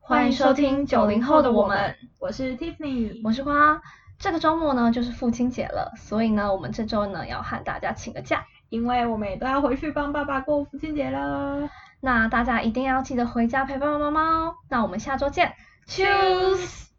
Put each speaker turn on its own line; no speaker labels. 欢迎收听九零后的我们，
我是 Tiffany，
我是花。这个周末呢就是父亲节了，所以呢我们这周呢要和大家请个假。
因为我们也都要回去帮爸爸过父亲节了。
那大家一定要记得回家陪爸爸妈妈哦。那我们下周见，Cheers！